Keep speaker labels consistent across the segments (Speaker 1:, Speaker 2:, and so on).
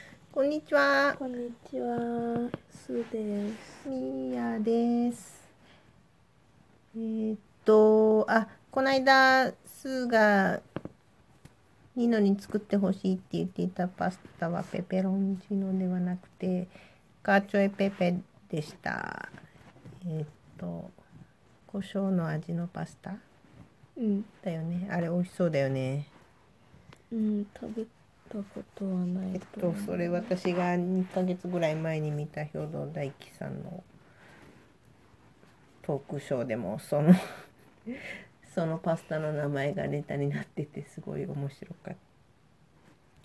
Speaker 1: ちは。
Speaker 2: こんにちは、すーです。
Speaker 1: みやです。えーっと、あ、こないだ、すーが、ニノに作ってほしいって言っていたパスタはペペロンチーノではなくて、カーチョエペペでした。えーっと、胡椒の味のパスタ
Speaker 2: うん、
Speaker 1: だよね。あれ、美味しそうだよね。
Speaker 2: うん、食べたことはない
Speaker 1: えっと、それ私が2ヶ月ぐらい前に見た兵藤大樹さんのトークショーでもその そのパスタの名前がネタになっててすごい面白かっ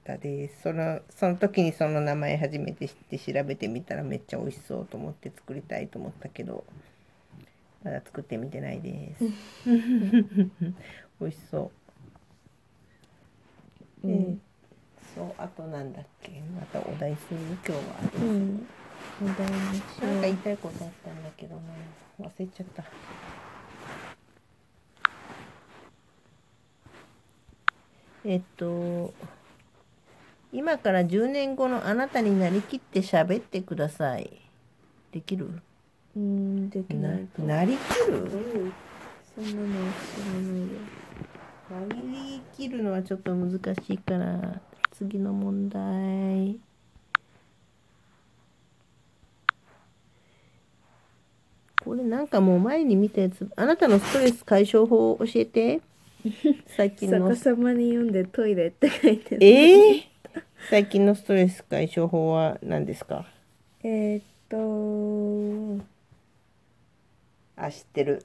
Speaker 1: たですそのその時にその名前初めて知って調べてみたらめっちゃ美味しそうと思って作りたいと思ったけどまだ作ってみてないです 美味しそう
Speaker 2: う
Speaker 1: えー
Speaker 2: ん、
Speaker 1: そうあとなんだっけまたお題する今
Speaker 2: う
Speaker 1: 日は、
Speaker 2: ん、お題にし
Speaker 1: なんか
Speaker 2: よ
Speaker 1: 言いたいことあったんだけどな忘れちゃったえっと今から10年後のあなたになりきって喋ってくださいできる
Speaker 2: う。うん、できないと。
Speaker 1: なりきる
Speaker 2: そんなのは知らないよ。
Speaker 1: なりきるのはちょっと難しいから次の問題これなんかもう前に見たやつあなたのストレス解消法を教えて 最近の
Speaker 2: 逆さまに読んでトイレって書いてる。
Speaker 1: ええ最近のストレス解消法は何ですか
Speaker 2: えーっと
Speaker 1: あ知ってる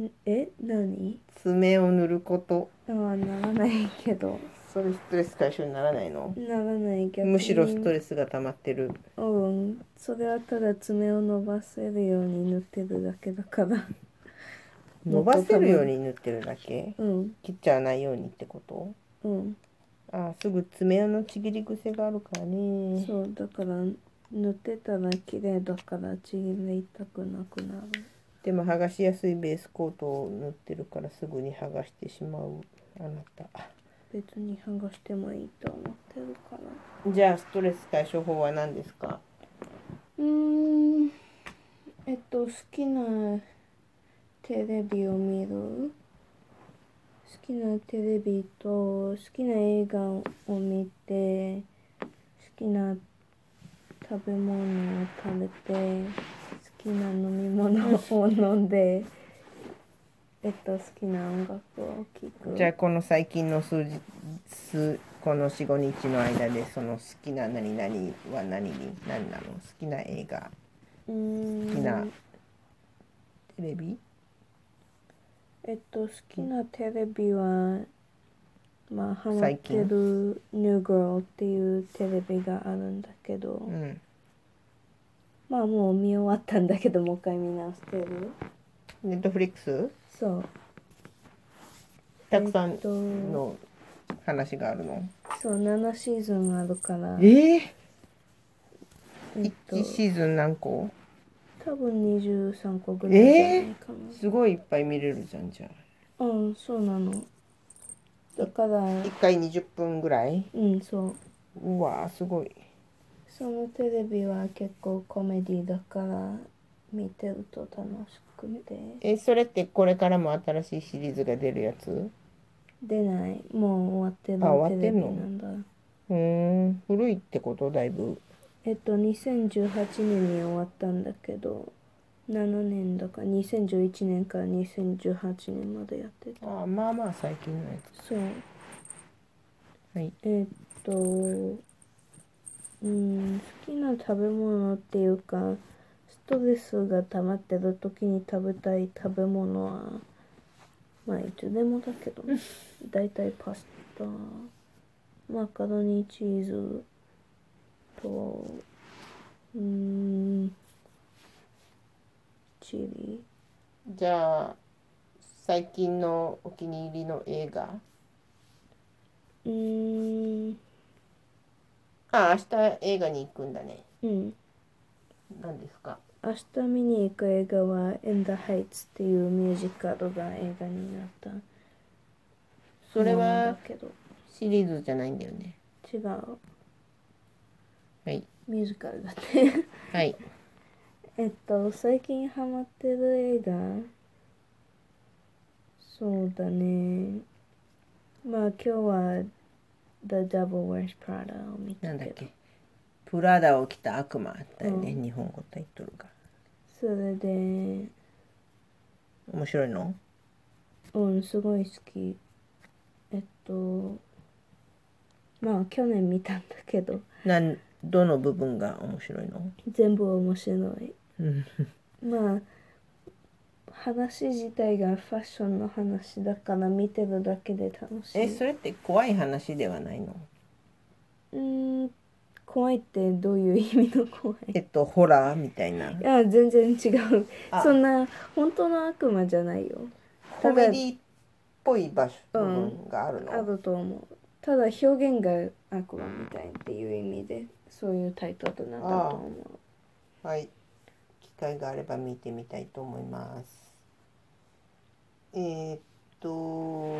Speaker 2: んえ、何
Speaker 1: 爪を塗ること
Speaker 2: ああ、ならないけど。
Speaker 1: それストレス解消にならないの
Speaker 2: ならないけど。
Speaker 1: むしろストレスが溜まってる
Speaker 2: うん、それはただ爪を伸ばせるように塗ってるだけだから。
Speaker 1: 伸ばせるように塗ってるだけ
Speaker 2: うん、
Speaker 1: 切っちゃわないようにってこと
Speaker 2: うん、
Speaker 1: あすぐ爪のちぎり癖があるからね
Speaker 2: そうだから塗ってたら綺麗だからちぎれ痛くなくなる。
Speaker 1: でも剥がしやすいベースコートを塗ってるからすぐに剥がしてしまうあなた
Speaker 2: 別に剥がしてもいいと思ってるから。
Speaker 1: じゃあストレス解消法は何ですか
Speaker 2: うーん、えっと好きなテレビを見る。好きなテレビと好きな映画を見て好きな食べ物を食べて好きな飲み物を飲ん でえっと好きな音楽を聴く
Speaker 1: じゃあこの最近の数日数この45日の間でその好きな何々は何に何なの好きな映画
Speaker 2: うーん
Speaker 1: 好きなテレビ
Speaker 2: えっと好きなテレビはまあハマっ
Speaker 1: 最
Speaker 2: て
Speaker 1: 近
Speaker 2: る「New Girl」っていうテレビがあるんだけど、
Speaker 1: うん
Speaker 2: まあもう見終わったんだけどもう一回見直してる
Speaker 1: ネットフリックス
Speaker 2: そう
Speaker 1: たくさん
Speaker 2: えっと
Speaker 1: の話があるの
Speaker 2: そう7シーズンあるから
Speaker 1: ええ
Speaker 2: えっと
Speaker 1: 1シーズン何個
Speaker 2: 多分23個ぐらいじゃないかな、
Speaker 1: すごいいっぱい見れるじゃんじゃあ
Speaker 2: うんそうなのだから
Speaker 1: 1回20分ぐらい
Speaker 2: うんそう
Speaker 1: うわーすごい
Speaker 2: そのテレビは結構コメディだから見てると楽しくて
Speaker 1: えそれってこれからも新しいシリーズが出るやつう
Speaker 2: 出ないもう終わってる
Speaker 1: あ終わってんの
Speaker 2: テレビなんだ
Speaker 1: ーん古いってことだいぶ
Speaker 2: えっと2018年に終わったんだけど7年だから2011年から2018年までやってた
Speaker 1: あーまあまあ最近のや
Speaker 2: そう
Speaker 1: つはい
Speaker 2: えっとうん好きな食べ物っていうかストレスが溜まってる時に食べたい食べ物はまあいつでもだけど大体パスタマカロニチーズとうんチリ
Speaker 1: じゃあ最近のお気に入りの映画
Speaker 2: うん
Speaker 1: あ明日映画に行くんだね
Speaker 2: うん
Speaker 1: 何ですか
Speaker 2: 明日見に行く映画は「In the Heights」っていうミュージカルが映画になった
Speaker 1: それ
Speaker 2: ものだ
Speaker 1: は
Speaker 2: けど
Speaker 1: シリーズじゃないんだよね
Speaker 2: 違う
Speaker 1: はい。
Speaker 2: ミュージカルだって
Speaker 1: はい。
Speaker 2: えっと最近ハマってる映画そうだねまあ今日は「The Devil Wears Prada」を見た
Speaker 1: なんだっ
Speaker 2: けど
Speaker 1: け。プラダを着た悪魔だよね、
Speaker 2: う
Speaker 1: 日本語タイトルが。
Speaker 2: それで
Speaker 1: 面白いの
Speaker 2: うん、すごい好き。えっと、まあ去年見たんだけど、
Speaker 1: なんどの部分が面白いの
Speaker 2: 全部面白い。
Speaker 1: うん
Speaker 2: まあ、話自体がファッションの話だから見てるだけで楽しい。
Speaker 1: え、それって怖い話ではないの
Speaker 2: うーん、怖いってどういう意味の怖い。
Speaker 1: えっと、ホラーみたいない
Speaker 2: や、全然違う
Speaker 1: あ。
Speaker 2: そんな、本当の悪魔じゃないよ。
Speaker 1: コメディっぽい場所、
Speaker 2: う
Speaker 1: 部
Speaker 2: ん
Speaker 1: 分があるの。
Speaker 2: あると思う。ただ表現が悪魔みたいっていう意味で、そういうタイトルなんだと思う。
Speaker 1: はい。機会があれば見てみたいと思います。えーっと、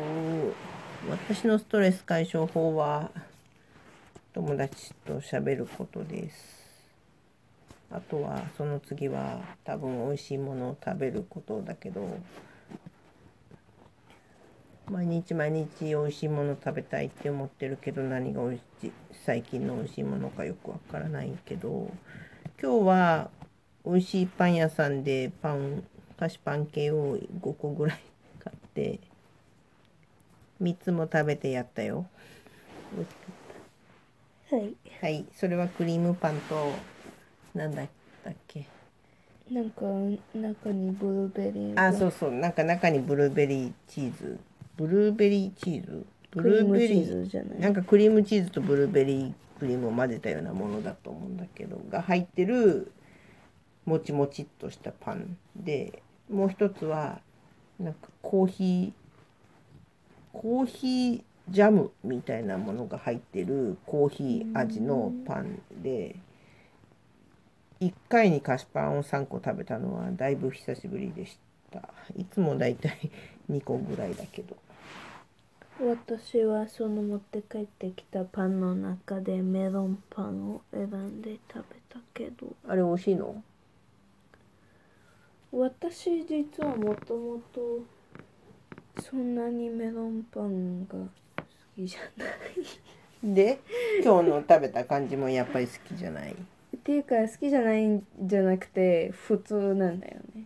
Speaker 1: 私のストレス解消法は、友達と喋ることです。あとは、その次は、多分美味しいものを食べることだけど、毎日毎日美味しいもの食べたいって思ってるけど何が美味しい最近の美味しいものかよくわからないけど今日は美味しいパン屋さんでパン菓子パン系を5個ぐらい買って3つも食べてやったよ。美味しかっ
Speaker 2: はい。
Speaker 1: たはいそれはクリームパンとなんだったっけ
Speaker 2: なんか中にブルーベリーが
Speaker 1: あそうそうなんか中にブルーベリーチーズブルーベリーチーズブ
Speaker 2: クリ
Speaker 1: ル
Speaker 2: ー
Speaker 1: ー
Speaker 2: ム
Speaker 1: ベ
Speaker 2: チ
Speaker 1: リ
Speaker 2: ー
Speaker 1: ー
Speaker 2: ズじゃな
Speaker 1: ないんかクリームチーズとブルーベリークリームを混ぜたようなものだと思うんだけどが入ってるもちもちっとしたパンでもう一つはなんかコーヒーコーヒージャムみたいなものが入ってるコーヒー味のパンで1回に菓子パンを3個食べたのはだいぶ久しぶりでしたいつもだいたい2個ぐらいだけど
Speaker 2: 私はその持って帰ってきたパンの中でメロンパンを選んで食べたけど
Speaker 1: あれ美味しいの
Speaker 2: 私実はもともとそんなにメロンパンが好きじゃない
Speaker 1: で今日の食べた感じもやっぱり好きじゃない
Speaker 2: っていうか好きじゃないんじゃなくて普通なんだよね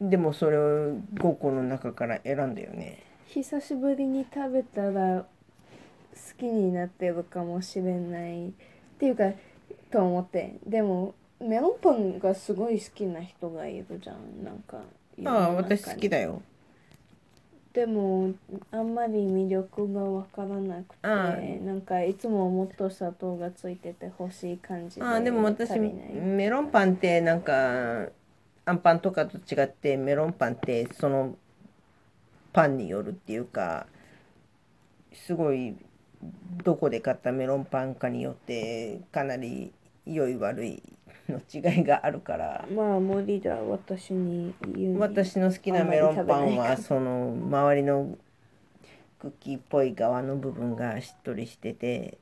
Speaker 1: でもそれを5個の中から選んだよね
Speaker 2: 久しぶりに食べたら好きになってるかもしれないっていうかと思ってでもメロンパンがすごい好きな人がいるじゃんなんか世の
Speaker 1: あ
Speaker 2: 中
Speaker 1: あ
Speaker 2: に
Speaker 1: 私好きだよ
Speaker 2: でもあんまり魅力がわからなくて
Speaker 1: ああ
Speaker 2: なんかいつももっと砂糖がついててほしい感じで
Speaker 1: ああでも私
Speaker 2: 足りない
Speaker 1: メロンパンってなんかあんパンとかと違ってメロンパンってそのパンによるっていうかすごいどこで買ったメロンパンかによってかなり良い悪いの違いがあるから
Speaker 2: まあ無理だ私に言うに
Speaker 1: 私の好きなメロンパ
Speaker 2: あんまり
Speaker 1: ン
Speaker 2: 食べない
Speaker 1: は
Speaker 2: か
Speaker 1: その周りのクッキーっぽい側の部分がしっとりしてて、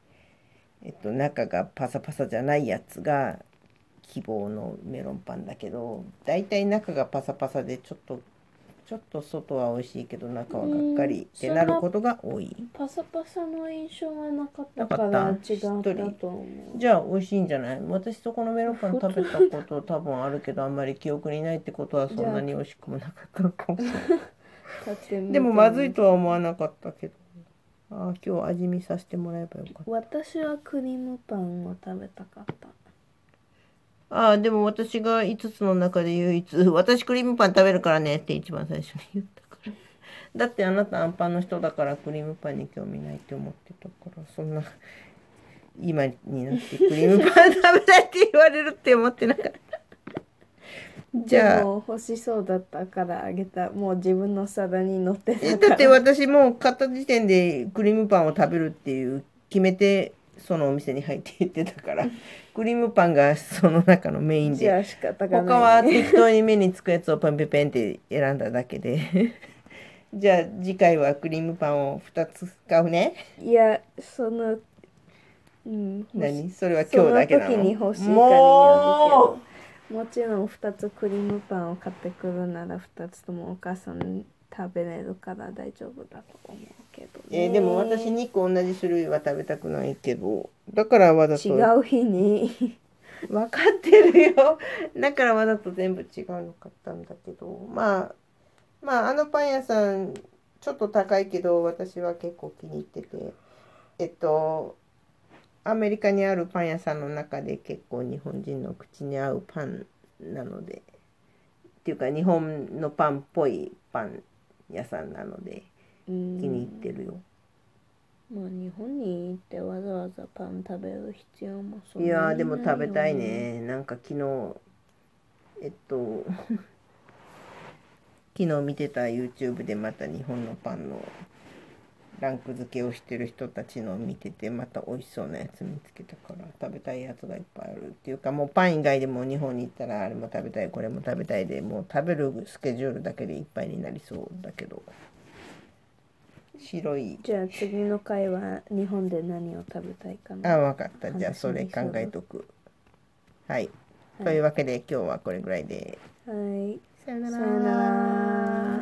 Speaker 1: えっと、中がパサパサじゃないやつが希望のメロンパンだけどだいたい中がパサパサでちょっとちょっと外は美味しいけど中はがっかりってなることが多い
Speaker 2: パサパサの印象はなかったか
Speaker 1: な
Speaker 2: ら
Speaker 1: かった
Speaker 2: 違ったと思う。
Speaker 1: じゃあ美味しいんじゃない私そこのメロンパン食べたこと多分あるけどあんまり記憶にないってことはそんなに美味しくもなかったのかもしれない。
Speaker 2: だって
Speaker 1: でもまずいとは思わなかったけど。ああ、今日味見させてもらえばよかっ
Speaker 2: 私はクリームパンを食べたかった。
Speaker 1: た。ああ、でも私が5つの中で唯一、私クリームパン食べるからねって一番最初に言ったから。だってあなたアンパンの人だからクリームパンに興味ないって思ってたから、そんな、今になってクリームパン食べないって言われるって思ってなかった。じゃ
Speaker 2: で
Speaker 1: あ、
Speaker 2: も欲しそうだったからあげた。もう自分の皿に乗って
Speaker 1: え
Speaker 2: たから。
Speaker 1: だって私もう買った時点でクリームパンを食べるっていう決めてそのお店に入って行ってたからクリームパンがその中のメイン
Speaker 2: じゃ
Speaker 1: で
Speaker 2: あ仕方がない、
Speaker 1: 他は適当に目につくやつをパンペペンって選んだだけで じゃあ次回はクリームパンを2つ買うね
Speaker 2: いや、そのうん、
Speaker 1: 何それは今日だけなの
Speaker 2: その時に欲しいから
Speaker 1: も
Speaker 2: もちろん2つクリームパンを買ってくるなら2つともお母さん食べれるから大丈夫だと思うけど
Speaker 1: う
Speaker 2: ね、
Speaker 1: えーでも私2個同じ種類は食べたくないけどだからわざと
Speaker 2: 違う日に
Speaker 1: 分かってるよだからわざと全部違うの買ったんだけどまあまああのパン屋さんちょっと高いけど私は結構気に入っててえっとアメリカにあるパン屋さんの中で結構日本人の口に合うパンなのでっていうか日本のパンっぽいパン屋さんなので
Speaker 2: 気
Speaker 1: 気
Speaker 2: に
Speaker 1: に入ってるよ。
Speaker 2: まあ日本に行ってわざわざパン食べる必要もそん
Speaker 1: い
Speaker 2: なにな
Speaker 1: や
Speaker 2: い
Speaker 1: ーでも食べたい
Speaker 2: よ
Speaker 1: ねなんか昨日えっと 昨日見てた YouTube でまた日本のパンのランク付けをしてる人たちのを見ててまた美味しそうなやつ見つけたから食べたいやつがいっぱいあるっていうかもうパン以外でも日本に行ったらあれも食べたいこれも食べたいでもう食べるスケジュールだけでいっぱいになりそうだけど白い
Speaker 2: じゃあ次の回は日本で何を食べたいか
Speaker 1: あ、
Speaker 2: な
Speaker 1: わかった。じゃあ、
Speaker 2: 話
Speaker 1: それ
Speaker 2: にしよ
Speaker 1: 考
Speaker 2: う
Speaker 1: えとく。はい。
Speaker 2: はい
Speaker 1: というわけで、今日はこれぐらいで。
Speaker 2: はい
Speaker 1: さよ
Speaker 2: さよなら